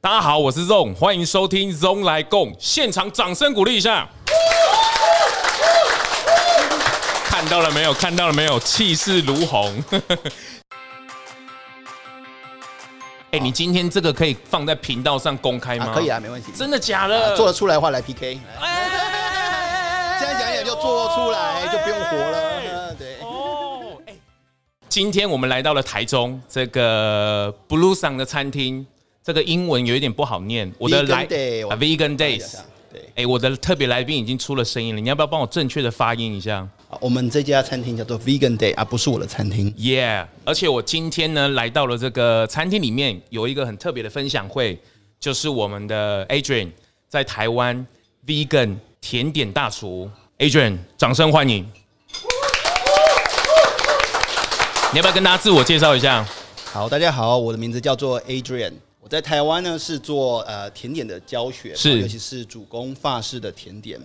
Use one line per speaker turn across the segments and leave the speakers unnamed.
大家好，我是 Zong，欢迎收听 Zong 来共，现场掌声鼓励一下。看到了没有？看到了没有？气势如虹。 哎、你今天这个可以放在频道上公开吗？
啊，可以啊，没问题。啊
真的假的？
做得出来的话来 PK，来
哎
这样讲讲就做出来，就不用活了。啊对，
哦，哎，今天我们来到了台中这个 Blue Sun 的餐厅，这个英文有一点不好念。我的
Vegan
来
Day，我
啊 Vegan
看一
Days，
下对，
哎，我的特别来宾已经出了声音了，你要不要帮我正确的发音一下
啊我们这家餐厅叫做 Vegan Day 啊，不是我的餐厅。
？Yeah，而且我今天呢来到了这个餐厅里面，有一个很特别的分享会，就是我们的 Adrian 在台湾 Vegan 甜点大厨 Adrian，掌声欢迎。你要不要跟大家自我介绍一下？
好，大家好，我的名字叫做 Adrian，我在台湾呢是做呃甜点的教学，
是
尤其是主攻法式的甜点。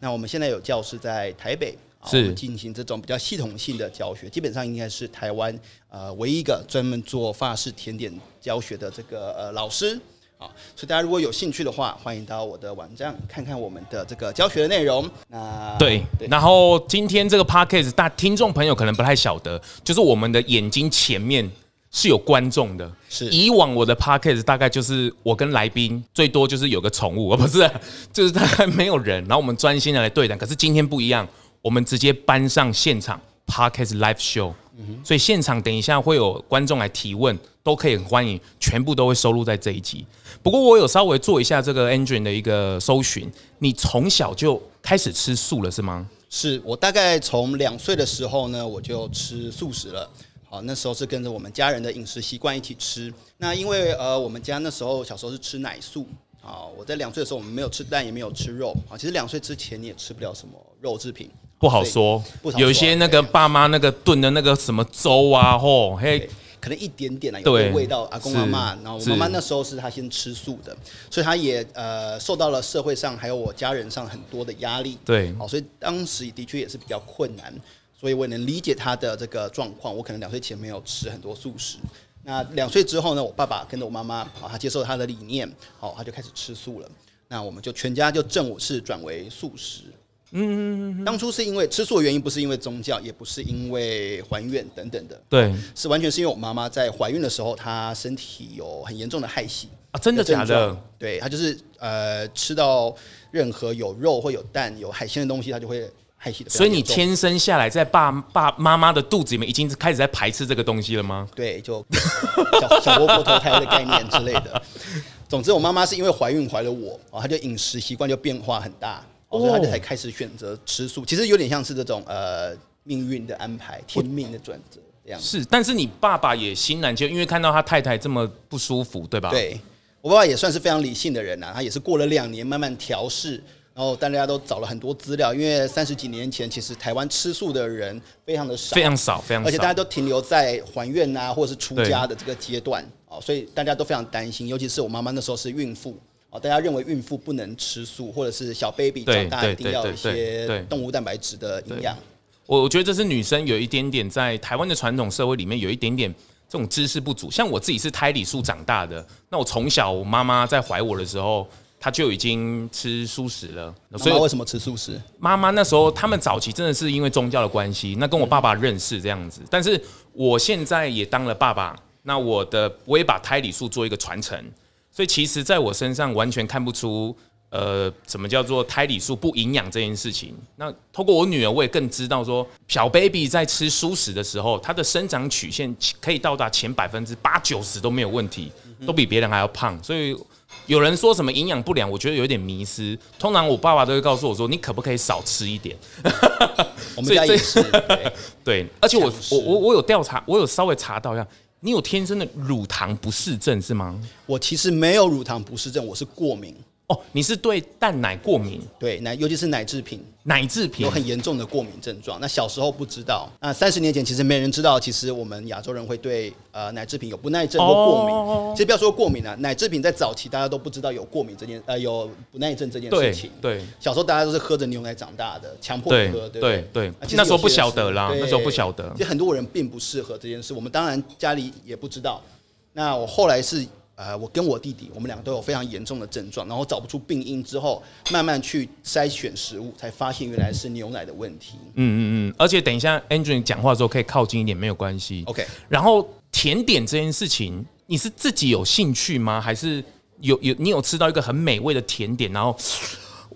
那我们现在有教室在台北。啊
是
我们进行这种比较系统性的教学，基本上应该是台湾呃唯一一个专门做法式甜点教学的这个呃老师啊，所以大家如果有兴趣的话，欢迎到我的网站看看我们的这个教学的内容。那
对，然后今天这个 podcast 大听众朋友可能不太晓得，就是我们的眼睛前面是有观众的。
是
以往我的 podcast 大概就是我跟来宾最多就是有个宠物，啊 不是，就是大概没有人，然后我们专心的来对谈。可是今天不一样，我们直接搬上现场 podcast live show，、所以
嗯
现场等一下会有观众来提问，都可以很欢迎，全部都会收录在这一集。不过我有稍微做一下这个 Andrew 的一个搜寻，你从小就开始吃素了是吗？
是我大概从两岁的时候呢，我就吃素食了。好，那时候是跟着我们家人的饮食习惯一起吃。那因为呃，我们家那时候小时候是吃奶素。啊，我在两岁的时候，我们没有吃蛋，也没有吃肉啊。其实两岁之前你也吃不了什么肉制品，
不好
所以
说，
不好说
有一些那个
对
爸妈那个炖的那个什么粥啊，吼嘿
对，可能一点点啊，有
对
个味道。阿公
是
阿妈，然后我
是
妈妈那时候是她先吃素的，所以她也呃受到了社会上还有我家人上很多的压力。哦
对
好，所以当时的确也是比较困难，所以我也能理解她的这个状况。我可能两岁前没有吃很多素食。那两岁之后呢，我爸爸跟着我妈妈，好，他接受她的理念，好，他就开始吃素了。那我们就全家就正午是转为素食。嗯，当初是因为吃素的原因，不是因为宗教，也不是因为还愿等等的，
对
是完全是因为我妈妈在怀孕的时候，她身体有很严重的害喜，
啊，真的假
症状
的？？
对，她就是呃吃到任何有肉或有蛋、有海鲜的东西，她就会害喜的。
所以你天生下来在爸爸妈妈的肚子里面已经开始在排斥这个东西了吗？
对就小 小窝佛投胎的概念之类的。总之，我妈妈是因为怀孕怀了我，哦，她就饮食习惯就变化很大，哦、所以她就才开始选择吃素。其实有点像是这种呃命运的安排、天命的转折这样子。
是，但是你爸爸也欣然接受，因为看到他太太这么不舒服，对吧？，
对我爸爸也算是非常理性的人呐、啊他也是过了两年慢慢调试，然后大家都找了很多资料，因为三十几年前其实台湾吃素的人非常的少，
非常少，非常少。
而且大家都停留在还愿啊或者是出家的这个阶段啊、哦，所以大家都非常担心，尤其是我妈妈那时候是孕妇。哦，大家认为孕妇不能吃素，或者是小 baby
对
长大
对
一定要有一
对对对
些动物蛋白质的营养，
我我觉得这是女生有一点点在台湾的传统社会里面有一点点这种知识不足。像我自己是胎里素长大的，那我从小我妈妈在怀我的时候，她就已经吃素食了，所
妈
以
妈为什么吃素食？
妈妈那时候，他们早期真的是因为宗教的关系，那跟我爸爸认识这样子。但是我现在也当了爸爸，那我的我也把胎里素做一个传承，所以其实在我身上完全看不出，呃，什么叫做胎里素不营养这件事情。那透过我女儿，我也更知道说，小 baby 在吃素食的时候，她的生长曲线可以到达前百分之八九十都没有问题，都比别人还要胖，所以。有人说什么营养不良，我觉得有点迷失。通常我爸爸都会告诉我说，你可不可以少吃一点？
我们家
所以
也
这
是，对
对，而且我
像是
我我我有调查，我有稍微查到一下，你有天生的乳糖不适症是吗？
我其实没有乳糖不适症，我是过敏，
哦，你是对蛋奶过敏，
对奶，尤其是奶制品，
奶制品
有很严重的过敏症状。那小时候不知道，那三十年前其实没人知道，其实我们亚洲人会对呃奶制品有不耐症或过敏。
哦
其实不要说过敏啊，奶制品在早期大家都不知道有过敏这件呃有不耐症这件
对
事情。
对
小时候大家都是喝着牛奶长大的，强迫
对
喝，对不
对
对
对
其实
那时候
有些
不晓
人是
得啦
对
那时候不晓得
其实很多人并不适合这件事，我们当然家里也不知道。那我后来是。呃，我跟我弟弟，我们两个都有非常严重的症状，然后找不出病因之后，慢慢去筛选食物，才发现原来是牛奶的问题。
嗯嗯，而且等一下 Andrew 讲话的时候可以靠近一点，没有关系。
OK
然后甜点这件事情，你是自己有兴趣吗？还是有有你有吃到一个很美味的甜点，然后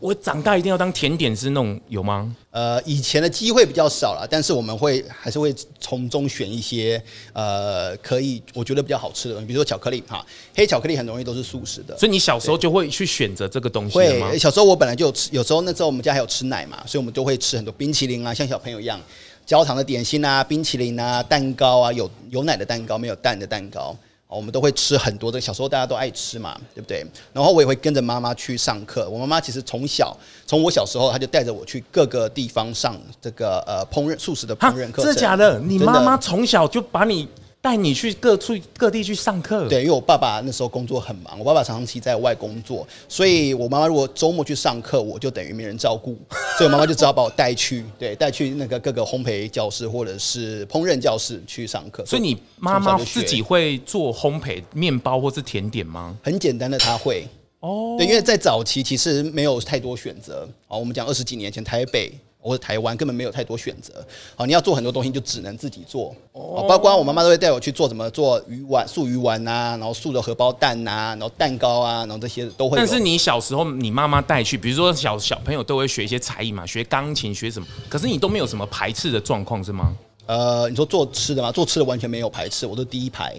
我长大一定要当甜点师那种有吗？
呃，以前的机会比较少了，但是我们会还是会从中选一些呃可以我觉得比较好吃的东西，比如说巧克力哈，黑巧克力很容易都是素食的。
所以你小时候就会去选择这个东西了吗
会，？小时候我本来就有吃，有时候那时候我们家还有吃奶嘛，所以我们都会吃很多冰淇淋啊，像小朋友一样，焦糖的点心啊、冰淇淋啊、蛋糕啊，有有奶的蛋糕，没有蛋的蛋糕。哦我们都会吃很多的，小时候大家都爱吃嘛，对不对？然后我也会跟着妈妈去上课。我妈妈其实从小，从我小时候，她就带着我去各个地方上这个呃烹饪素食的烹
哈，
饪课程。
真的假的？你
真的
妈妈从小就把你带你去各处各地去上课，
对，因为我爸爸那时候工作很忙，我爸爸长期在外工作，所以我妈妈如果周末去上课，我就等于没人照顾，所以我妈妈就只好把我带去，对，带去那个各个烘焙教室或者是烹饪教室去上课。
所以你妈妈
从小就学
自己会做烘焙、面包或是甜点吗？
很简单的，他会。
哦，
对，因为在早期其实没有太多选择哦，我们讲二十几年前台北或者台湾根本没有太多选择哦，你要做很多东西就只能自己做哦，包括我妈妈都会带我去做什么做鱼丸、素鱼丸啊，然后素的荷包蛋啊，然后蛋糕啊，然后这些都会有。
但是你小时候，你妈妈带去，比如说小小朋友都会学一些才艺嘛，学钢琴，学什么，可是你都没有什么排斥的状况是吗？
呃，你说做吃的吗？做吃的完全没有排斥，我都第 一排。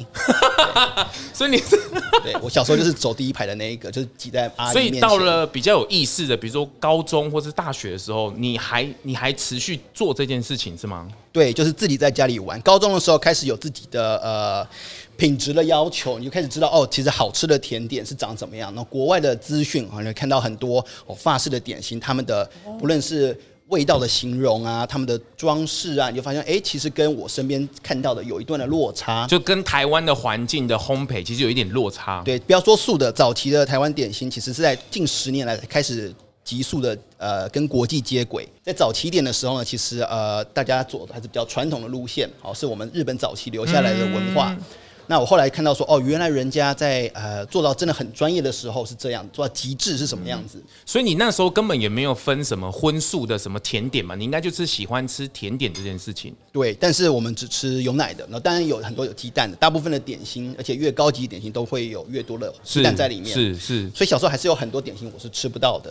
所以 你是，
对我小时候就是走第一排的那一个，就是挤在阿
所
姨面
以
前。
到了比较有意识的，比如说高中或是大学的时候，你还你还持续做这件事情是吗？
对，就是自己在家里玩。高中的时候开始有自己的呃品质的要求，你就开始知道哦，其实好吃的甜点是长怎么样。那国外的资讯啊，你会看到很多哦法式的点心，他们的
哦
不论是味道的形容啊，他们的装饰啊，你就发现哎，其实跟我身边看到的有一段的落差。
就跟台湾的环境的烘焙其实有一点落差。
对，不要说素的，早期的台湾点心其实是在近十年来才开始急速的呃跟国际接轨。在早期一点的时候呢，其实呃大家走的还是比较传统的路线，好、是我们日本早期留下来的文化。
嗯
那我后来看到说，哦，原来人家在呃做到真的很专业的时候是这样，做到极致是什么样子？
所以你那时候根本也没有分什么荤素的什么甜点嘛，你应该就是喜欢吃甜点这件事情。
对，但是我们只吃有奶的，那当然有很多有鸡蛋的，大部分的点心，而且越高级点心都会有越多的鸡蛋在里面。
是是，
所以小时候还是有很多点心我是吃不到的。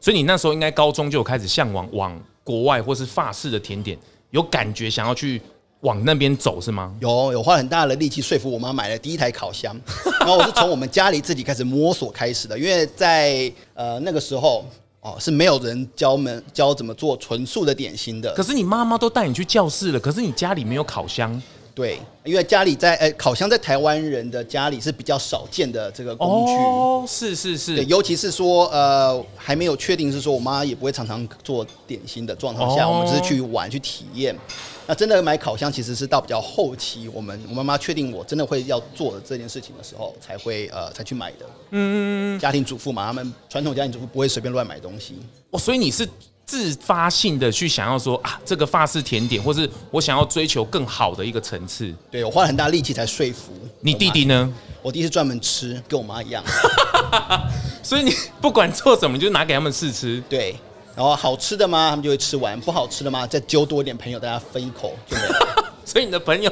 所以你那时候应该高中就有开始向往往国外或是法式的甜点，有感觉想要去往那边走是吗？
有有花很大的力气说服我妈买了第一台烤箱，然后我是从我们家里自己开始摸索开始的，因为在呃那个时候哦是没有人教我们教怎么做纯素的点心的
可，是你妈妈都带你去教室了，可是你家里没有烤箱
对，因为家里在呃烤箱在台湾人的家里是比较少见的这个工具。，
是是
哦对，
是，
尤其是说，呃，还没有确定是说，我妈也不会常常做点心的状况下，
哦
我们只是去玩去体验。那真的买烤箱其实是到比较后期，我们我妈妈确定我真的会要做的这件事情的时候，才会呃才去买的。嗯，家庭主妇嘛，他们传统家庭主妇不会随便乱买东西。
哦，所以你是自发性的去想要说啊，这个法式甜点，或是我想要追求更好的一个层次。
对我花了很大力气才说服
你
我
弟
妈，
弟呢？
我弟是专门吃，跟我妈一样。
所以你不管做什么，你就拿给他们试吃。
对，然后好吃的嘛，他们就会吃完；不好吃的嘛，再揪多一点朋友，大家分一口就没了。
所以你的朋友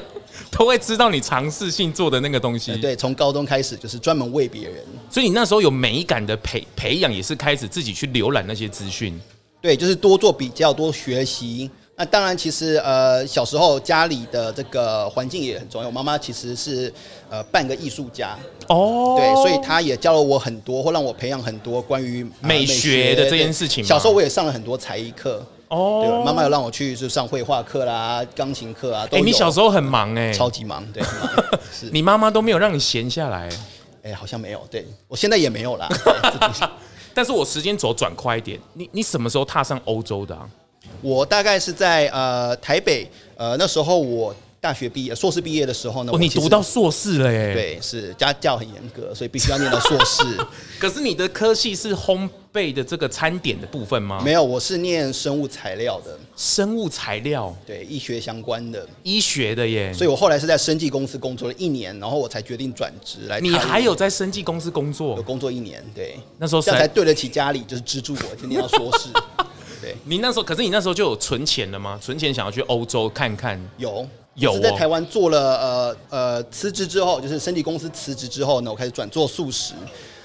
都会知道你尝试性做的那个东西。
呃，对，从高中开始就是专门喂别人。
所以你那时候有美感的培培养，也是开始自己去浏览那些资讯。
对，就是多做比较，多学习。那当然，其实呃，小时候家里的这个环境也很重要。我妈妈其实是呃半个艺术家，
哦
对，所以她也教了我很多，或让我培养很多关于、呃
美学的这件事情
对
嘛
小时候我也上了很多才艺课，
哦
对，妈妈有让我去就上绘画课啦、钢琴课啊，都
哎、
有。
你小时候很忙哎、
超级忙，对， 很忙是，
你妈妈都没有让你闲下来。
哎、好像没有，对我现在也没有啦。 对自己
但是我时间轴转快一点，你你什么时候踏上欧洲的、啊？
我大概是在呃台北，呃那时候我大学毕业、硕士毕业的时候呢，
哦，你
我其实
读到硕士了耶？。
对是家教很严格，所以必须要念到硕 士。
可是你的科系是烘焙的这个餐点的部分吗？
没有，我是念生物材料的，
生物材料、
对医学相关的，
医学的耶。
所以我后来是在生技公司工作了一年，然后我才决定转职来踏
你
入。
还有在生技公司工
有
作？
工作一年，对，
那时候
这样才
才，
对得起家里，就是资助我，天天要硕 士。对，
你那时候，可是你那时候就有存钱了吗？存钱想要去欧洲看看。
有
有
我是在
哦
台湾做了呃呃辞职之后，就是身体公司辞职之后呢，我开始转做素食。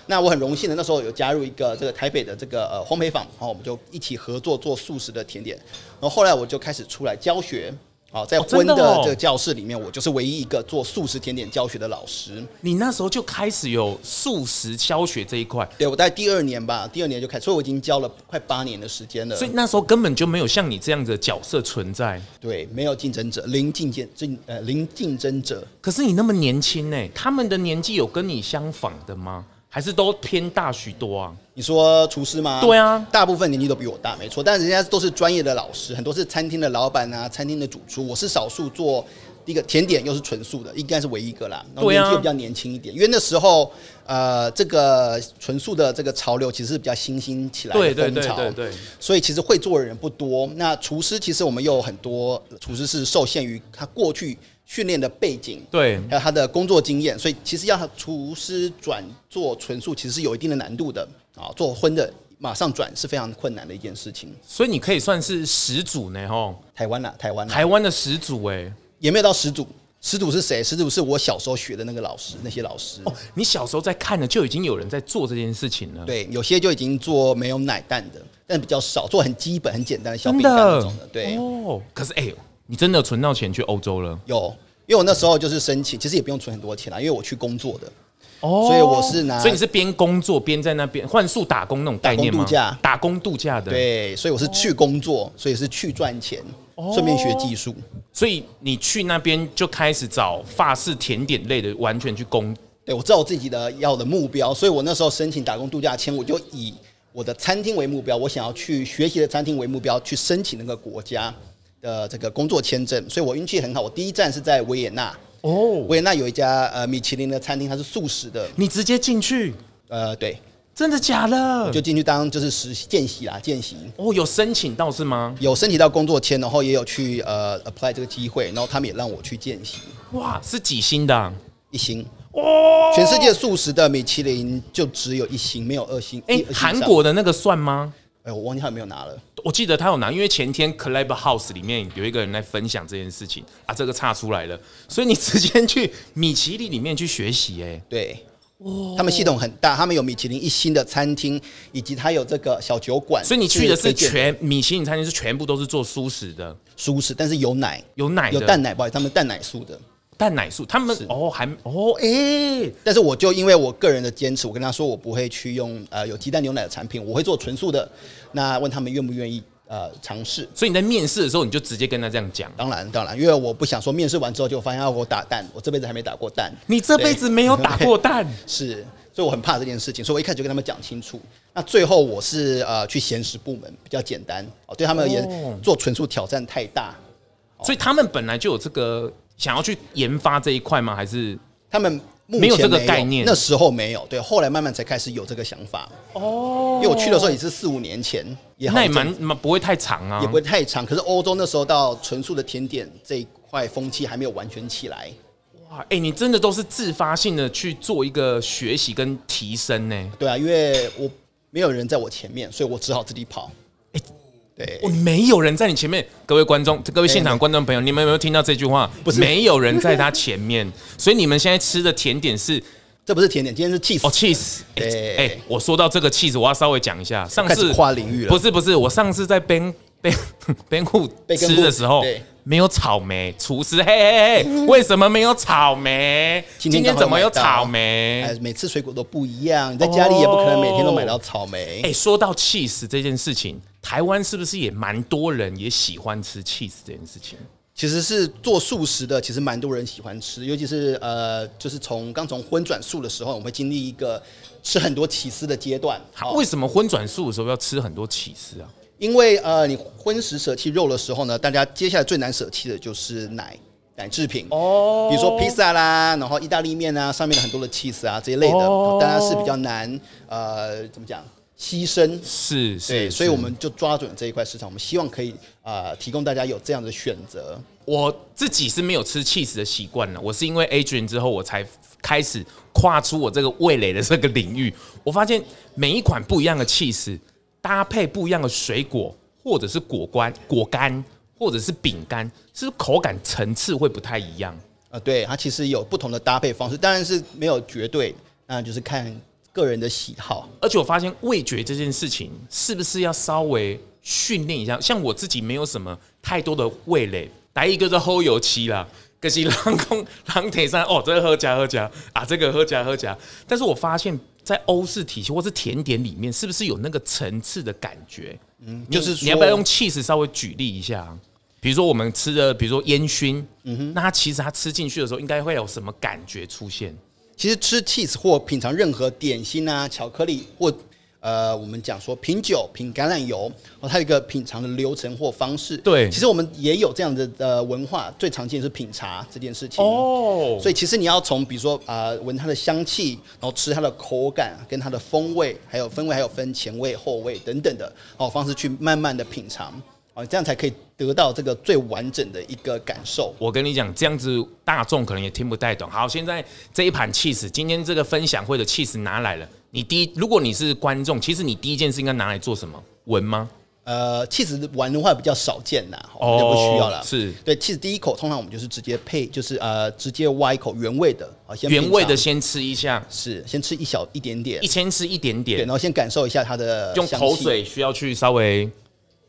那我很荣幸的，那时候有加入一个这个台北的这个呃烘焙坊，然后我们就一起合作做素食的甜点。然后后来我就开始出来教学，啊，在
哦真
荤
的
的
哦
这个教室里面，我就是唯一一个做素食甜点教学的老师。
你那时候就开始有素食教学这一块，
对我在第二年吧，第二年就开始，所以我已经教了快八年的时间了。
所以那时候根本就没有像你这样的角色存在。
对，没有竞争者，零竞争竞呃零竞争者，
可是你那么年轻呢，他们的年纪有跟你相仿的吗？还是都偏大许多啊？
你说厨师吗？
对啊
大部分年纪都比我大，没错。但人家都是专业的老师，很多是餐厅的老板啊，餐厅的主厨。我是少数做第一个甜点又是纯素的，应该是唯一一个啦。然后
对啊
年纪又比较年轻一点，因为那时候呃，这个纯素的这个潮流其实是比较新兴起来的
对
风潮。
对对对对，
所以其实会做的人不多。那厨师其实我们有很多厨师是受限于他过去训练的背景，
对
还有他的工作经验，所以其实要他厨师转做纯素其实是有一定的难度的啊。做荤的马上转是非常困难的一件事情。
所以你可以算是始祖呢，吼，
台湾啦，台湾啦，
台湾的始祖哎。
也没有到始祖。始祖是谁？始祖是我小时候学的那个老师，那些老师。
哦，你小时候在看的就已经有人在做这件事情了。
对，有些就已经做没有奶蛋的，但比较少，做很基本、很简单的小
真
饼干那
的
种的。对，
哦，可是哎、你真的存到钱去欧洲了
有，因为我那时候就是申请，其实也不用存很多钱啦，因为我去工作的，
哦
所以我是拿
所以你是边工作边在那边换宿打工那种概念吗？
打工度假
打工度假的。，
对，所以我是去工作，所以是去赚钱，
哦
顺便学技术。
所以你去那边就开始找法式甜点类的，完全去攻。
对我知道我自己的要的目标，所以我那时候申请打工度假签，我就以我的餐厅为目标，我想要去学习的餐厅为目标去申请那个国家的这个工作签证，所以我运气很好，我第一站是在维也纳。
哦，
维也纳有一家呃米其林的餐厅，它是素食的，
你直接进去，
呃，对，
真的假的？
就进去当就是实习见习啦，见习。
哦，有申请到是吗？
有申请到工作签，然后也有去呃 apply 这个机会，然后他们也让我去见习
哇，是几星的、啊？
一星。
哦，
全世界素食的米其林就只有一星，没有二星。
哎
一，二星以上
韩国的那个算吗？
哎，我忘记他有没有拿了。
我记得他有拿，因为前天 Clubhouse 里面有一个人来分享这件事情啊，这个岔出来了，所以你直接去米其林里面去学习，哎，
对，
哦
他们系统很大，他们有米其林一星的餐厅，以及他有这个小酒馆。
所以你去的
推
是
荐
全米其林餐厅，是全部都是做素食的，
素食，但是有奶，
有奶的
有蛋奶，不好意思，他们蛋奶素的。
蛋奶素，他们哦还哦哎、
但是我就因为我个人的坚持，我跟他说我不会去用呃有鸡蛋牛奶的产品，我会做纯素的。那问他们愿不愿意呃尝试？
所以你在面试的时候你就直接跟他这样讲，
当然，当然，因为我不想说面试完之后就发现啊要我打蛋，我这辈子还没打过蛋，
你这辈子没有打过蛋，
是，所以我很怕这件事情，所以我一开始就跟他们讲清楚。那最后我是呃去咸食部门比较简单，哦，对他们而言、
哦
做纯素挑战太大，
所以他们本来就有这个想要去研发这一块吗？还是
他们目前
没有这个概念
那时候没有，对，后来慢慢才开始有这个想法。哦，因为我去的时候也是四五年前，也好
那也
一阵
蛮蛮不会太长啊
也，不会太长，可是欧洲那时候到纯素的甜点这一块风气还没有完全起来。
哇，哎、你真的都是自发性的去做一个学习跟提升呢、
对啊，因为我没有人在我前面，所以我只好自己跑。对，
哦，没有人在你前面，各位观众、各位现场观众朋友，你们有没有听到这句话？不
是
没有人在他前面，所以你们现在吃的甜点是
这不是甜点，今天是 cheese，、
哦，cheese。哎、
对哦
哎我说到这个 cheese，我要稍微讲一下，上
开
次
始跨领域了。
不是不是，我上次在边 边边户
Ben
吃的时候
对。嗯
没有草莓，厨师嘿嘿嘿，为什么没有草莓？今
今
天
天
怎么有草
哎
莓？，
每次水果都不一样，你在家里也不可能每天都买到草莓。
哎、说到 cheese 这件事情，台湾是不是也蛮多人也喜欢吃 cheese 这件事情？
其实是做素食的，其实蛮多人喜欢吃，尤其是呃，就是从刚从荤转素的时候，我们会经历一个吃很多起司的阶段。
好，为什么荤转素的时候要吃很多起司啊？
因为呃，你荤食舍弃肉的时候呢，大家接下来最难舍弃的就是奶。奶制品
哦
比如说披萨啦，然后意大利面啊，上面的很多的 cheese 啊这一类的，
哦
当然是比较难呃怎么讲牺牲。
是
对，
是，
所以我
是
们就抓准这一块市场，我们希望可以啊、呃提供大家有这样的选择。
我自己是没有吃 cheese 的习惯了，我是因为 Adrian 之后我才开始跨出我这个味蕾的这个领域。我发现每一款不一样的 cheese 搭配不一样的水果，或者是果干、果干，或者是饼干，是口感层次会不太一样。
啊，对，它其实有不同的搭配方式，当然是没有绝对，那就是看个人的喜好。
而且我发现味觉这件事情是不是要稍微训练一下？像我自己没有什么太多的味蕾，来一个是齁油漆啦，可是狼公狼腿上哦，这个喝加喝加啊，这个喝加喝加。但是我发现，在欧式体系或是甜点里面，是不是有那个层次的感觉？嗯，
就是
你要不要
说
用 cheese 稍微举例一下啊？比如说我们吃的，比如说烟熏，嗯哼，那它其实它吃进去的时候，应该会有什么感觉出现？
其实吃 cheese 或品尝任何点心啊、巧克力或呃，我们讲说品酒、品橄榄油，哦，它有一个品尝的流程或方式。
对
其实我们也有这样的呃文化，最常见是品茶这件事情。
哦
所以其实你要从比如说啊、呃闻它的香气，然后吃它的口感跟它的风味，还有风味还有分前味、后味等等的哦方式去慢慢的品尝哦，这样才可以得到这个最完整的一个感受。
我跟你讲，这样子大众可能也听不太懂。好，现在这一盘 cheese，今天这个分享会的 cheese 拿来了，你第一，如果你是观众，其实你第一件事应该拿来做什么？闻吗？
呃，气质玩的话比较少见啦，
哦
哦，就不需要啦。
是
对，气质第一口通常我们就是直接配，就是呃直接挖一口原味的，好，先
原味的
品尝
先吃一下，
是先吃一小一点点
一，先吃一点
对，
点
然，后先感受一下它的
用
香
口
气
水需要去稍微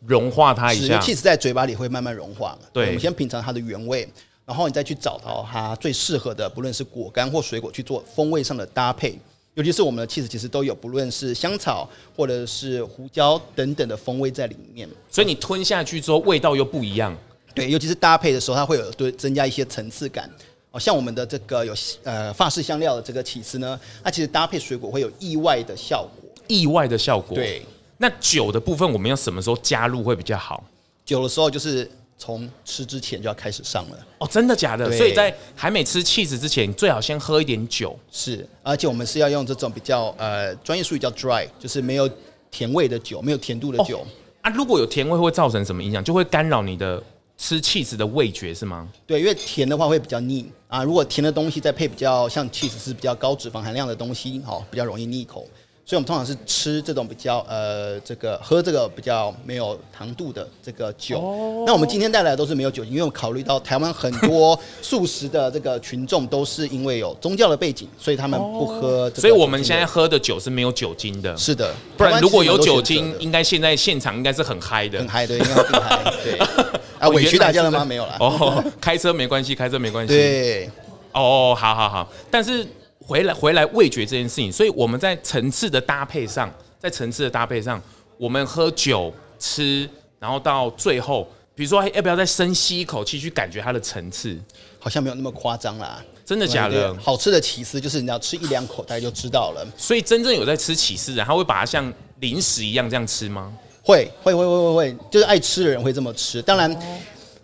融化它一
是因为
下。
cheese 在嘴巴里会慢慢融化嘛。
对
我们先品尝它的原味，然后你再去找到它最适合的，不论是果干或水果去做风味上的搭配。尤其是我们的 cheese 其实都有，不论是香草或者是胡椒等等的风味在里面。
所以你吞下去之后，味道又不一样。
对，尤其是搭配的时候，它会有对增加一些层次感。哦，像我们的这个有呃法式香料的这个起司呢，它其实搭配水果会有意外的效果。
意外的效果。
对，
那酒的部分我们要什么时候加入会比较好？
久的时候就是从吃之前就要开始上了。
哦，真的假的？
对
所以在还没吃 cheese 之前，最好先喝一点酒。
是，而且我们是要用这种比较呃专业术语叫 dry，就是没有甜味的酒，没有甜度的酒。
啊，如果有甜味会造成什么影响？就会干扰你的吃 cheese 的味觉是吗？
对，因为甜的话会比较腻啊，如果甜的东西再配比较像 cheese 是比较高脂肪含量的东西，好、比较容易腻口。所以我们通常是吃这种比较呃这个喝这个比较没有糖度的这个酒。
哦
那我们今天带来的都是没有酒精，因为我们考虑到台湾很 多素食的这个群众都是因为有宗教的背景，所以他们不喝
哦
这个酒精的。
所以我们现在喝的酒是没有酒精的，
是的，
不
台
然
湾
如果
其实
有
蛮多
酒
选择
精
的，
应该现在现场应该是很嗨的
很。嗨，对，应该很嗨， 对。啊，
哦
委屈大
原
家了
来
吗？
是
没有啦。
哦，开车没关系，开车没关系。
对，
哦，好好好，但是回来回来味觉这件事情，所以我们在层次的搭配上，在层次的搭配上，我们喝酒吃，然后到最后，比如说哎要不要再深吸一口气去感觉它的层次？
好像没有那么夸张啦。
真的假的
对好吃的起司就是你要吃一两口，大家就知道了。
所以真正有在吃起司的人，他会把它像零食一样这样吃吗？
会会会会会会，就是爱吃的人会这么吃。当然，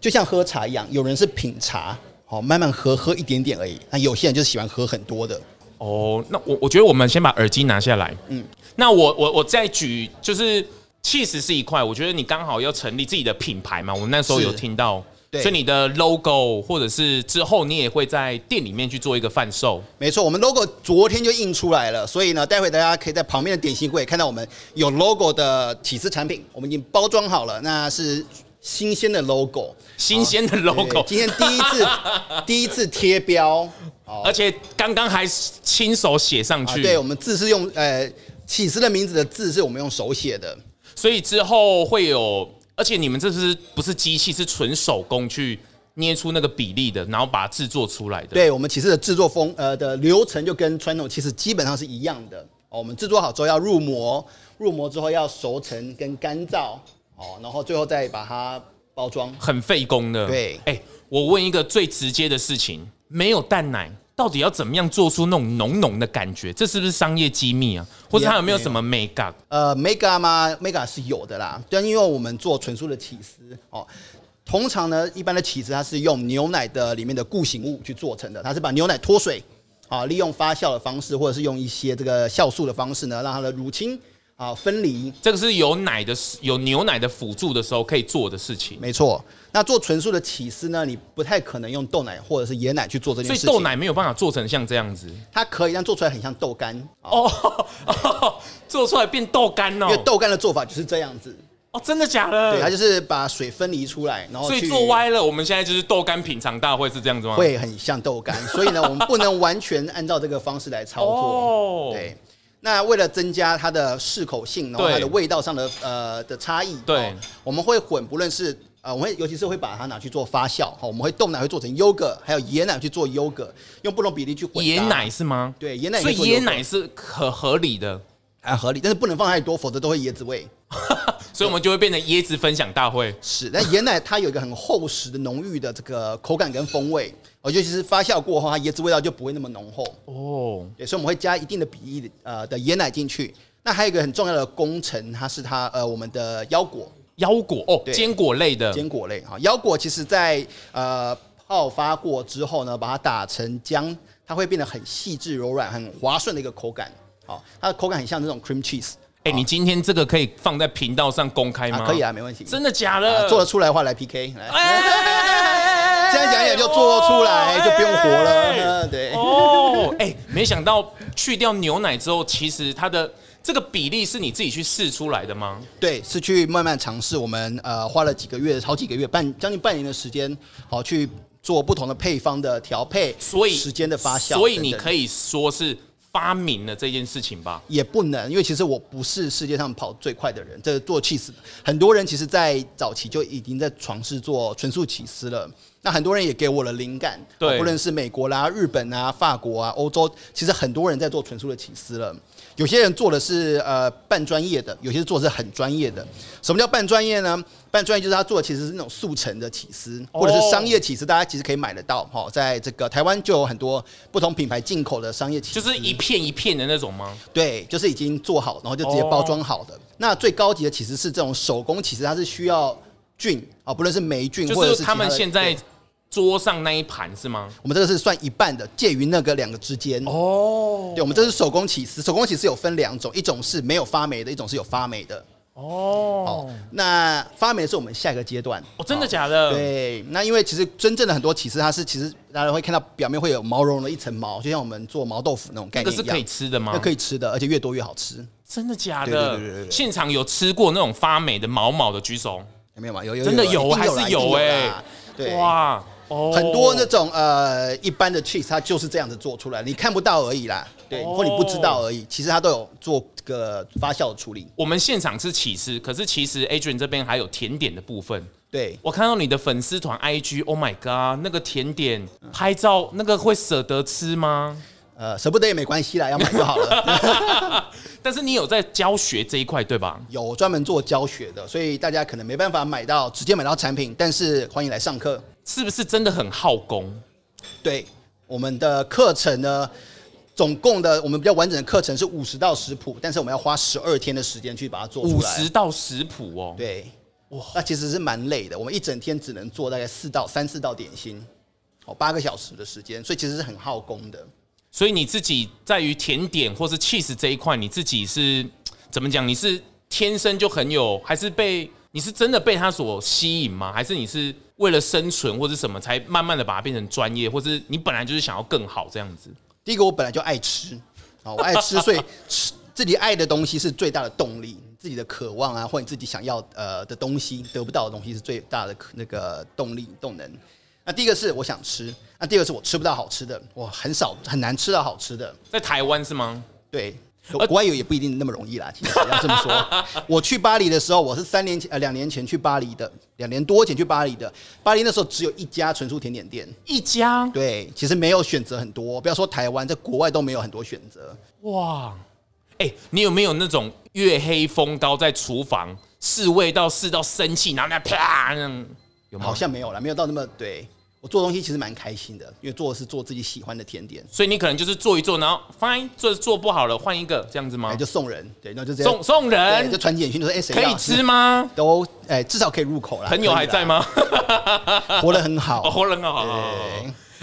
就像喝茶一样，有人是品茶，好慢慢喝，喝一点点而已。那有些人就是喜欢喝很多的。
哦，那我我觉得我们先把耳机拿下来。嗯，那我我我再举就是气势是一块，我觉得你刚好要成立自己的品牌嘛，我们那时候
是
有听到。
对
所以你的 logo 或者是之后你也会在店里面去做一个贩售，
没错，我们 logo 昨天就印出来了，所以呢，待会大家可以在旁边的点心柜看到我们有 logo 的起司产品，我们已经包装好了，那是新鲜的 logo。
新鲜的 logo，
对今天第一次第一次贴标，
而且刚刚还亲手写上
啊，
去。
对，我们字是用呃起司的名字的字是我们用手写的，
所以之后会有，而且你们这是不是机器，是纯手工去捏出那个比例的，然后把它制作出来的。，
对我们起司的制作风呃的流程就跟传统其实基本上是一样的哦。我们制作好之后要入模，入模之后要熟成跟干燥哦，然后最后再把它包装。
很费工的。
对
哎、我问一个最直接的事情，没有蛋奶。到底要怎么样做出那种浓浓的感觉？这是不是商业机密啊？或者它有没有什么美感？
呃，mega 吗？mega 是有的啦，但因为我们做纯素的起司哦，通常呢，一般的起司它是用牛奶的里面的固形物去做成的，它是把牛奶脱水啊，利用发酵的方式，或者是用一些这个酵素的方式呢，让它的乳清啊分离。
这个是有奶的有牛奶的辅助的时候可以做的事情。
没错，那做纯素的起司呢，你不太可能用豆奶或者是椰奶去做这件
所
事
以
情。
豆奶没有办法做成像这样子
它可以，但做出来很像豆干，啊
哦 做出来变豆干哦
因为，豆干的做法就是这样子，
哦，真的假
对，它
的？
就是把水分离出来，然后
所以
哦去
做歪了，我们现在就是豆干品尝大会是这样子吗？
会很像豆干，所以呢，我们不能完全按照这个方式来操
哦
作。对，那为了增加它的适口性，然后
对
它的味道上的呃的差异，
对
哦我们会混，不论是呃，我们会尤其是会把它拿去做发酵，哈、我们会豆奶会做成优格，还有椰奶去做优格，用不同比例去混搭。
椰奶是吗？
对椰奶也
所
可
以
以做优
椰
格
奶是可合理的，
很合理，但是不能放太多，否则都会椰子味。
所以我们就会变成椰子分享大会。
是，但椰奶它有一个很厚实的、浓郁的这个口感跟风味，哦，尤其是发酵过后，它椰子味道就不会那么浓厚。
哦，
对，所以我们会加一定的比例的呃的椰奶进去。那还有一个很重要的工程，它是它呃我们的腰果
腰果哦，
对
坚果类的，
坚果类哈，腰果其实在呃泡发过之后呢，把它打成浆，它会变得很细致柔软、很滑顺的一个口感。好，它的口感很像那种 cream cheese，
哎、你今天这个可以放在频道上公开吗？
啊可以啊，没问题。
哎真的假
啊
的？
做得出来的话来 PK 来。
哎，
这样讲一讲就做出来，
哦
就不用活了。
哎
呃 对，
哦，哎、没想到去掉牛奶之后，其实它的这个比例是你自己去试出来的吗？
对，是去慢慢尝试。我们呃花了几个月，好几个月，半将近半年的时间，好去做不同的配方的调配，
所以
时间的发酵等等，
所以你可以说是发明了这件事情吧？
也不能，因为其实我不是世界上跑最快的人。这做起司，很多人其实在早期就已经在尝试做纯素起司了。那很多人也给我了灵感，哦
对
不论是美国啦、日本啊、法国啊、欧洲，其实很多人在做纯素的起司了。有些人做的是呃半专业的，有些做的是很专业的。什么叫半专业呢？半专业就是他做的其实是那种速成的起司，
哦
或者是商业起司，大家其实可以买得到哈、在这个台湾就有很多不同品牌进口的商业起司，
就是一片一片的那种吗？
对，就是已经做好，然后就直接包装好
哦
的。那最高级的其实是这种手工，其实它是需要菌啊，不论是霉菌或
就
者
是
是
他们
其的
现在
对
桌上那一盘是吗？
我们这个是算一半的，介于那个两个之间。
哦
对，我们这是手工起司，手工起司有分两种，一种是没有发霉的，一种是有发霉的。
哦
哦，那发霉是我们下一个阶段。
哦，真的假的？
对，那因为其实真正的很多起司，它是其实大家会看到表面会有毛茸茸的一层毛，就像我们做毛豆腐那种概
这个是
念一
可以
样，
吃的吗？
那可以吃的，而且越多越好吃。
真的假的？
对对对对对
现场有吃过那种发霉的毛毛的，举手。
有没有嘛？有有
真的
有
有
啊一定
还是
啦一定
有
啦
欸
对，
哇，哦
很多那种呃一般的 cheese 它就是这样子做出来，你看不到而已啦，对，
哦
或你不知道而已，其实它都有做这个发酵处理，
我们现场是起司，可是其实 Adrian 这边还有甜点的部分。
对。
我看到你的粉丝团 IG，Oh my god，那个甜点拍照那个会舍得吃吗？
呃，舍不得也没关系啦，要买就好了。
但是你有在教学这一块对吧？
有专门做教学的，所以大家可能没办法买到直接买到产品，但是欢迎来上课。
是不是真的很耗工？
对，我们的课程呢，总共的我们比较完整的课程是五十道食谱，但是我们要花十二天的时间去把它做出来。
五十到食谱哦，
对，那其实是蛮累的。我们一整天只能做大概四到三四道点心，哦，八个小时的时间，所以其实是很耗工的。
所以你自己在于甜点或是 cheese 这一块，你自己是怎么讲？你是天生就很有，还是被你是真的被它所吸引吗？还是你是为了生存或者什么才慢慢的把它变成专业，或是你本来就是想要更好这样子？
第一个，我本来就爱吃，啊，我爱吃，所以吃自己爱的东西是最大的动力，自己的渴望啊，或者你自己想要呃的东西得不到的东西是最大的可那个动力动能。那第一个是我想吃，那第二个是我吃不到好吃的，我很少很难吃到好吃的。
在台湾是吗？
对，
呃
国外有也不一定那么容易啦。其实要这么 说，我去巴黎的时候，我是三年前呃两年前去巴黎的，两年多前去巴黎的。巴黎那时候只有一家纯素甜点店，
一家
对，其实没有选择很多，不要说台湾，在国外都没有很多选择。
哇，哎、你有没有那种月黑风高在厨房试味道试到生气，然后那啪那样有吗嗯
好？像没有啦，没有到那么对。我我做东西其实蛮开心的，因为做的是做自己喜欢的甜点，
所以你可能就是做一做，然后 fine 做做不好了换一个这样子
哎，
吗？
就送人，对，那就这样
送送
对就
人
传简讯，就说哎，谁
可以
要
吃吗？
都哎、至少可以入口啦。
朋友
可以啊
还
啦
在？吗？
活得很好。
哦，活人很好。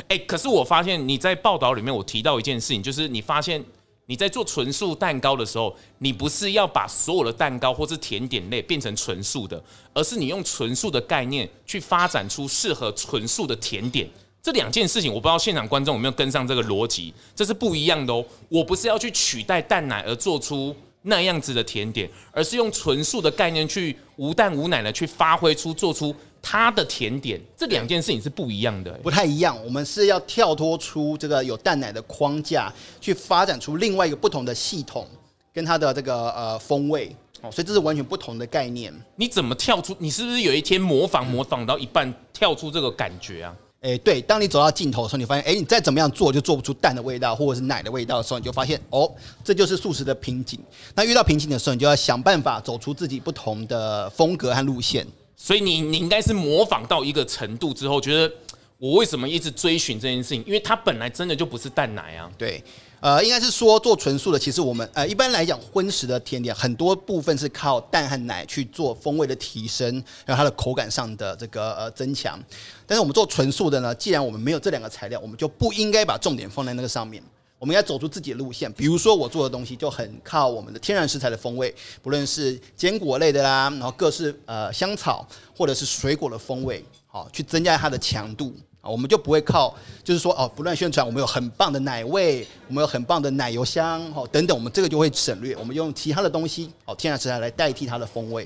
哎、可是我发现你在报道里面，我提到一件事情，就是你发现你在做纯素蛋糕的时候，你不是要把所有的蛋糕或是甜点类变成纯素的，而是你用纯素的概念去发展出适合纯素的甜点。这两件事情，我不知道现场观众有没有跟上这个逻辑，这是不一样的哦。我不是要去取代蛋奶而做出那样子的甜点，而是用纯素的概念去无蛋无奶的去发挥出做出它的甜点。这两件事情是不一样的、哎
不太一样，我们是要跳脱出这个有蛋奶的框架，去发展出另外一个不同的系统跟它的这个呃风味哦，所以这是完全不同的概念。
你怎么跳出？你是不是有一天模仿模仿到一半跳出这个感觉啊？
哎、对，当你走到尽头的时候，你发现，哎、你再怎么样做就做不出蛋的味道或者是奶的味道的时候，你就发现，哦，这就是素食的瓶颈。那遇到瓶颈的时候，你就要想办法走出自己不同的风格和路线。
所以你你应该是模仿到一个程度之后，觉得我为什么一直追寻这件事情？因为它本来真的就不是蛋奶啊。
对，呃，应该是说做纯素的，其实我们呃一般来讲，荤食的甜点很多部分是靠蛋和奶去做风味的提升，然后它的口感上的这个呃增强。但是我们做纯素的呢，既然我们没有这两个材料，我们就不应该把重点放在那个上面。我们应该走出自己的路线，比如说我做的东西就很靠我们的天然食材的风味，不论是坚果类的啦，然后各式呃香草或者是水果的风味，好、去增加它的强度啊，我们就不会靠就是说哦不断宣传我们有很棒的奶味，我们有很棒的奶油香哦等等，我们这个就会省略，我们用其他的东西哦天然食材来代替它的风味。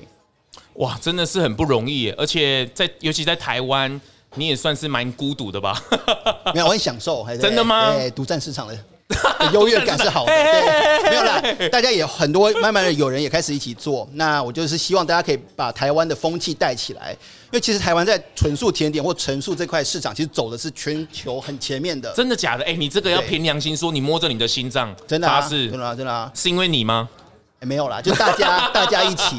哇，真的是很不容易耶，而且在尤其在台湾，你也算是蛮孤独的 吧？
没有，我很享受，还是
真的吗
对，独占市场的 的优越感是好的，
独占市场嘿嘿嘿嘿嘿
对，没有啦，大家也很多，慢慢的有人也开始一起做。 那我就是希望大家可以把台湾的风气带起来，因为其实台湾在纯素甜点或纯素这块市场，其实走的是全球很前面的，
真的假的？哎、你这个要
对
凭良心说，你摸着你的心脏，
真的啊，
发誓
真的啊，真的啊。
是因为你吗？
欸没有啦，就大 家大家一起，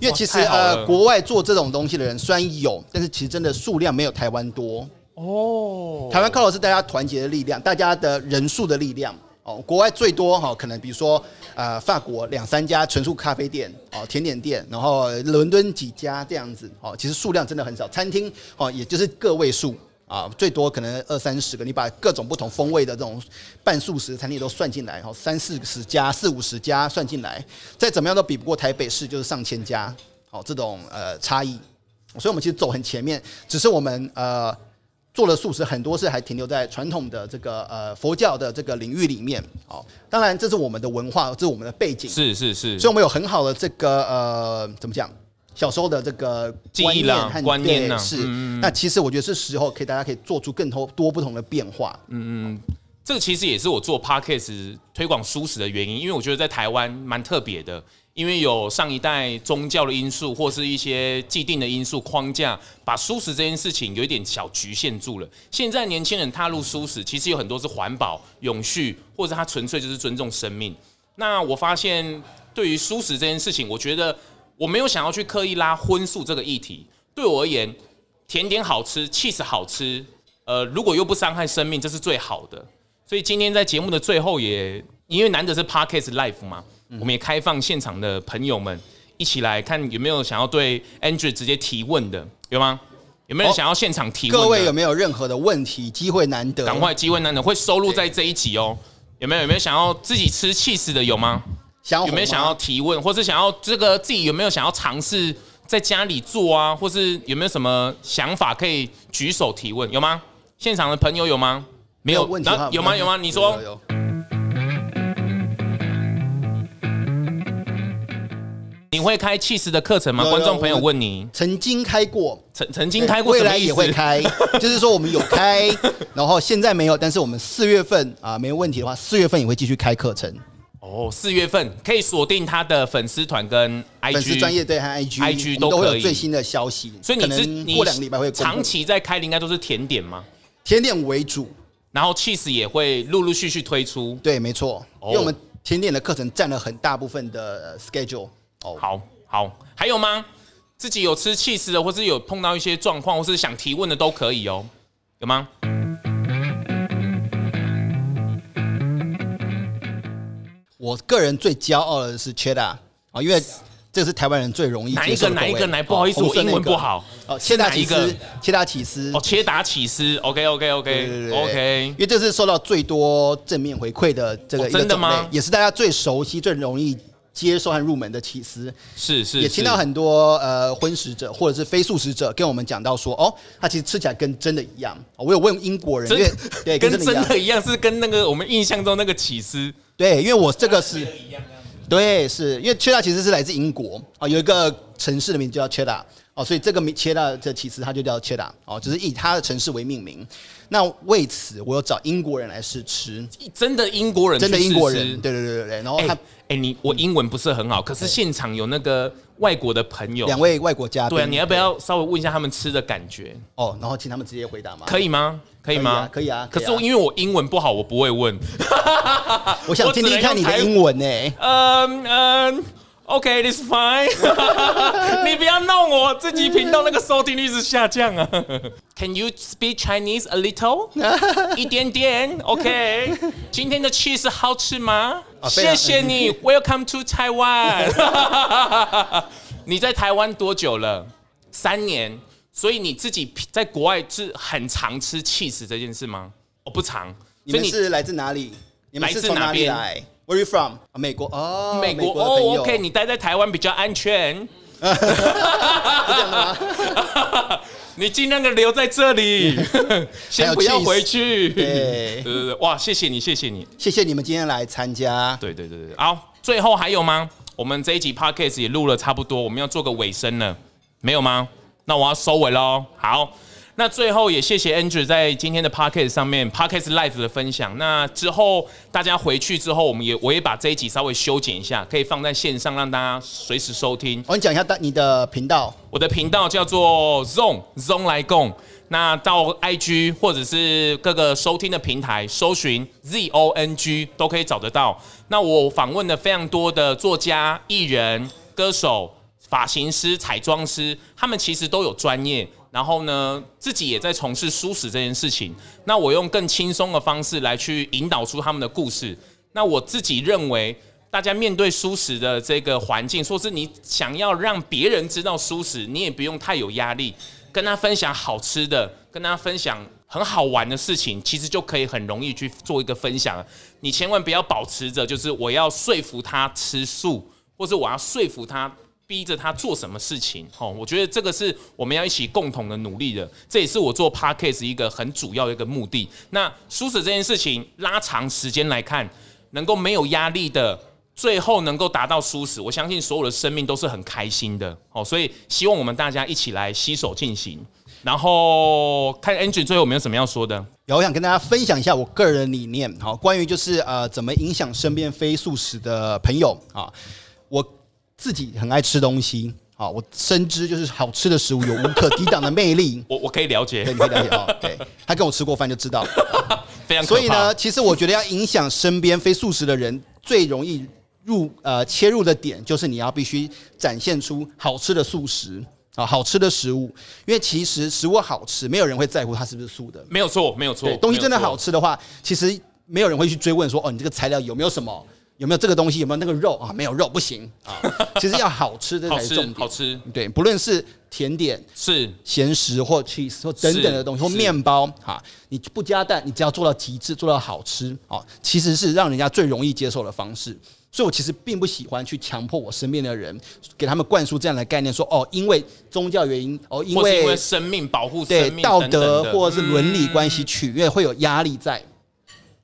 因为其实
哇太好了
呃，国外做这种东西的人虽然有，但是其实真的数量没有台湾多哦。台湾靠的是大家团结的力量，大家的人数的力量。哦，国外最多哈、哦，可能比如说呃，法国两三家纯素咖啡店哦，甜点店，然后呃伦敦几家这样子哦，其实数量真的很少，餐厅哦也就是个位数啊，最多可能二三十个，你把各种不同风味的这种半素食餐厅都算进来，哈，三四十家、四五十家算进来，再怎么样都比不过台北市就是上千家，好、这种呃差异，所以我们其实走很前面，只是我们呃做的素食很多是还停留在传统的这个呃佛教的这个领域里面，好、当然这是我们的文化，这是我们的背景，
是是是
所以，我们有很好的这个呃，怎么讲？小时候的这个
记
观
忆
念
啦嗯
和
观念
对
呐
是，那其实我觉得是时候可以，大家可以做出更多多不同的变化。
这个其实也是我做 podcast 推广舒适的原因，因为我觉得在台湾蛮特别的，因为有上一代宗教的因素或是一些既定的因素框架，把舒适这件事情有一点小局限住了。现在年轻人踏入舒适，其实有很多是环保、永续，或者他纯粹就是尊重生命。那我发现对于素食这件事情，我觉得我没有想要去刻意拉荤素这个议题。对我而言，甜点好吃，cheese 好吃，呃，如果又不伤害生命，这是最好的。所以今天在节目的最后也，因为难得是 podcast live 嘛，
嗯
我们也开放现场的朋友们一起来看有没有想要对 Andrew 直接提问的，有吗？有没有人
哦
想要现场提问的？
各位有没有任何的问题？机会难得，
赶快机会难得会收录在这一集哦。有没有有没有想要自己吃 cheese 的有吗？
想要
有没有
红吗
想要提问，或是想要这个自己有没有想要尝试在家里做啊，或是有没有什么想法可以举手提问？有吗？现场的朋友有吗？没
没
有
有问题的
然
话
后有吗？有吗？你说
有有
你会开 cheese 的课程吗？
有有
观众朋友
我
问你，
曾经开过，
曾曾经开过
哎未
什么
来
意
也会
思？
开，就是说我们有开，然后现在没有，但是我们四月份啊，没问题的话，四月份也会继续开课程，
哦，四月份可以锁定他的粉丝团跟 IG
粉丝专业对和 IG，
IG
我们都会
都可
有
以
最新的消息，
所以你
可
是
能
你
过两个礼拜会公布
长期在开的应该都是甜点吗？
甜点为主，
然后 cheese 也会陆陆续续推出。
对，没错，
哦
因为我们甜点的课程占了很大部分的呃 schedule。哦，
好，好，还有吗？自己有吃 cheese 的，或是有碰到一些状况，或是想提问的都可以哦。有吗？
我个人最骄傲的是 cheddar 啊，因为这是台湾人最容易
哪一
接受的
个哪一
口
个
味
哪不好意思
红
我
色
英
那
文
个
不好
哦，
是
切达
哪
起
一个
司，切达起司
哦，，切达起司，OK OK OK
对对对
OK，
因为这是受到最多正面回馈的这
哦
个一个
真的
种类
吗
也是大家最熟悉、最容易接受和入门的起司。
是是，
也
是
听到很多呃荤食者或者是非素食者跟我们讲到说，哦，它其实吃起来跟真的一样。哦我有问英国人，因为对
真
跟
跟真
真的一样，
的一样，是跟那个我们印象中那个起司
对，因为我这个是。对，是因为 cheddar 其实是来自英国啊、有一个城市的名字叫 cheddar 哦，所以这个名 cheddar 的其实它就叫 cheddar 哦，只是以它的城市为命名。那为此，我有找英国人来试吃，
真的英国人去
真
试吃，
的英国人，对对对对对。然后
哎、
他哎
哎、你我英文不是很好，可是现场有那个外国的朋友，
两位外国嘉宾，
对啊，你要不要稍微问一下他们吃的感觉，
哦？然后请他们直接回答嘛？
可以吗？可以吗？
可以啊
可
可以啊
是我因为我英文不好，我不会问。
我想听
只
听
能
看
用
你的
台
英文哎呢、
嗯嗯。OK，this、fine 。 你不要弄我，自己频道那个收听率是下降啊。Can you speak Chinese a little？一点点。OK，今天的 cheese 好吃吗？
啊非常
谢
嗯
谢你，Welcome to Taiwan 。 你在台湾多久了？三年。所以你自己在国外是很常吃 cheese 这件事吗？哦，不常。
你
所以
们是来自哪里？你们
来
是
自
从
哪
哪里
边
来？Where are you from？、啊、美国哦，
美国
的朋
哦
友
，OK，你待在台湾比较安 全。你尽量的留在这 里，先不要回去。对
对
对对，哇，谢谢你，谢谢你。
谢谢你们今天来参加。
对对对对，好，最后还有吗？我们这一集 podcast 也录了差不多，我们要做个尾声了，没有吗？那我要收尾喽。好，那最后也谢谢 Andrew 在今天的 podcast 上面 podcast live 的分享。那之后大家回去之后，我们也我也把这一集稍微修剪一下，可以放在线上让大家随时收听。
我、你讲一下大你的频道。
我的频道叫做 Zone Zone 来共，那到 IG 或者是各个收听的平台搜寻 Z O N G 都可以找得到。那我访问了非常多的作家、艺人、歌手、发型师、彩妆师，他们其实都有专业。然后呢，自己也在从事舒适这件事情。那我用更轻松的方式来去引导出他们的故事。那我自己认为，大家面对舒适的这个环境，说是你想要让别人知道舒适，你也不用太有压力，跟他分享好吃的，跟他分享很好玩的事情，其实就可以很容易去做一个分享了。你千万不要保持着就是我要说服他吃素，或是我要说服他。逼着他做什么事情，哦，我觉得这个是我们要一起共同的努力的，这也是我做 podcast 一个很主要的一个目的。那舒适这件事情拉长时间来看，能够没有压力的，最后能够达到舒适，我相信所有的生命都是很开心的哦。所以希望我们大家一起来携手进行。然后看 Engine 最后有没有什么要说的？，
然后我想跟大家分享一下我个人的理念，好，关于就是呃怎么影响身边非素食的朋友啊，我自己很爱吃东西，好，我深知就是好吃的食物有无可抵挡的魅力
我我可以了解
对，，你可以了解哦，对，他跟我吃过饭就知道，
非常可怕
所以呢，，其实我觉得要影响身边非素食的人，最容易入呃切入的点就是你要必须展现出好吃的素食啊，好吃的食物，因为其实食物好吃，没有人会在乎它是不是素的。
没有错，没有错
对，，东西真的
没有
好
错。
吃的话，其实没有人会去追问说，哦，你这个材料有没有什么，有没有这个东西，有没有那个肉啊？没有肉不行啊。其实要好吃这
好
才是重
吃，
点。
好吃，
对，不论是甜点、
是
咸食或 cheese 或等等的东西，
是
或面包哈，你不加蛋，你只要做到极致，做到好吃啊，其实是让人家最容易接受的方式。所以我其实并不喜欢去强迫我身边的人，给他们灌输这样的概念，说哦，因为宗教原因，哦，因
或是
为
因为生命保护
对
生命
道
等等
德
的
或者是伦理
嗯
关系取悦会有压力在。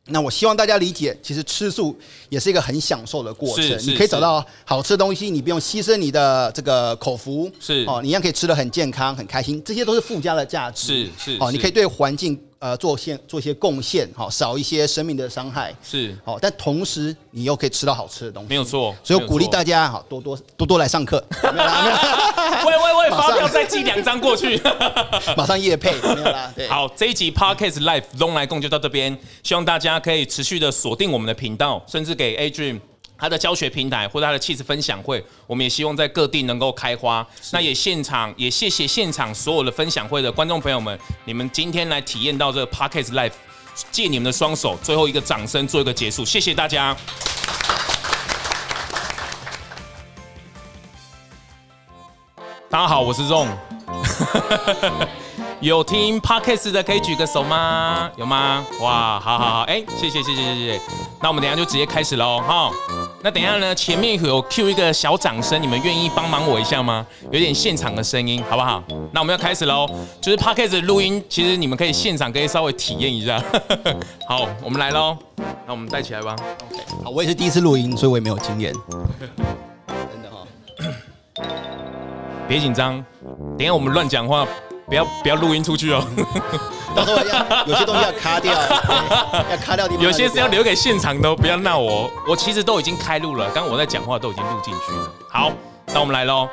那我希望大家理解，其实吃素也是一个很享受的过程
是，是
你可以找
是
到好吃的东西，你不用牺牲你的这个口福，
是
哦，你一样可以吃的很健康、很开心，这些都是附加的价值，
是是
哦，
是
你可以对环境呃做些做一些贡献，好、少一些生命的伤害，
嗯是
好、但同时你又可以吃到好吃的东西，
没有错，
所以我鼓励
没有错
大家好多多多多来上课，没有啦没有啦
喂喂喂，
马上
发票再寄两张过去。
马上夜配，没有啦，对，
好，这一集 Podcast Live 龙来共就到这边，希望大家可以持续的锁定我们的频道，甚至给 Adrian 他的教学平台或者他的气质分享会，我们也希望在各地能够开花。那也现场也谢谢现场所有的分享会的观众朋友们，你们今天来体验到这个 Pockets Life，借你们的双手，最后一个掌声做一个结束，谢谢大家。大家好，我是 Zong。有听 podcast 的可以举个手吗？有吗？哇，好好好，哎、谢谢谢谢谢谢。那我们等一下就直接开始喽，哈。那等一下呢，前面有 Q 一个小掌声，你们愿意帮忙我一下吗？有点现场的声音，好不好？那我们要开始喽，就是 podcast 的录音，其实你们可以现场可以稍微体验一下。 好，我们来喽，那我们带起来吧。
好，我也是第一次录音，所以我也没有经验。 真的哈、
别紧张，等一下我们乱讲话，不要不要录音出去哦。
到时候要有些东西要卡 掉，对要卡掉地方。
有些是要留给现场的哦，不要闹我。我其实都已经开录了，刚刚我在讲话都已经录进去了。好，那我们来喽。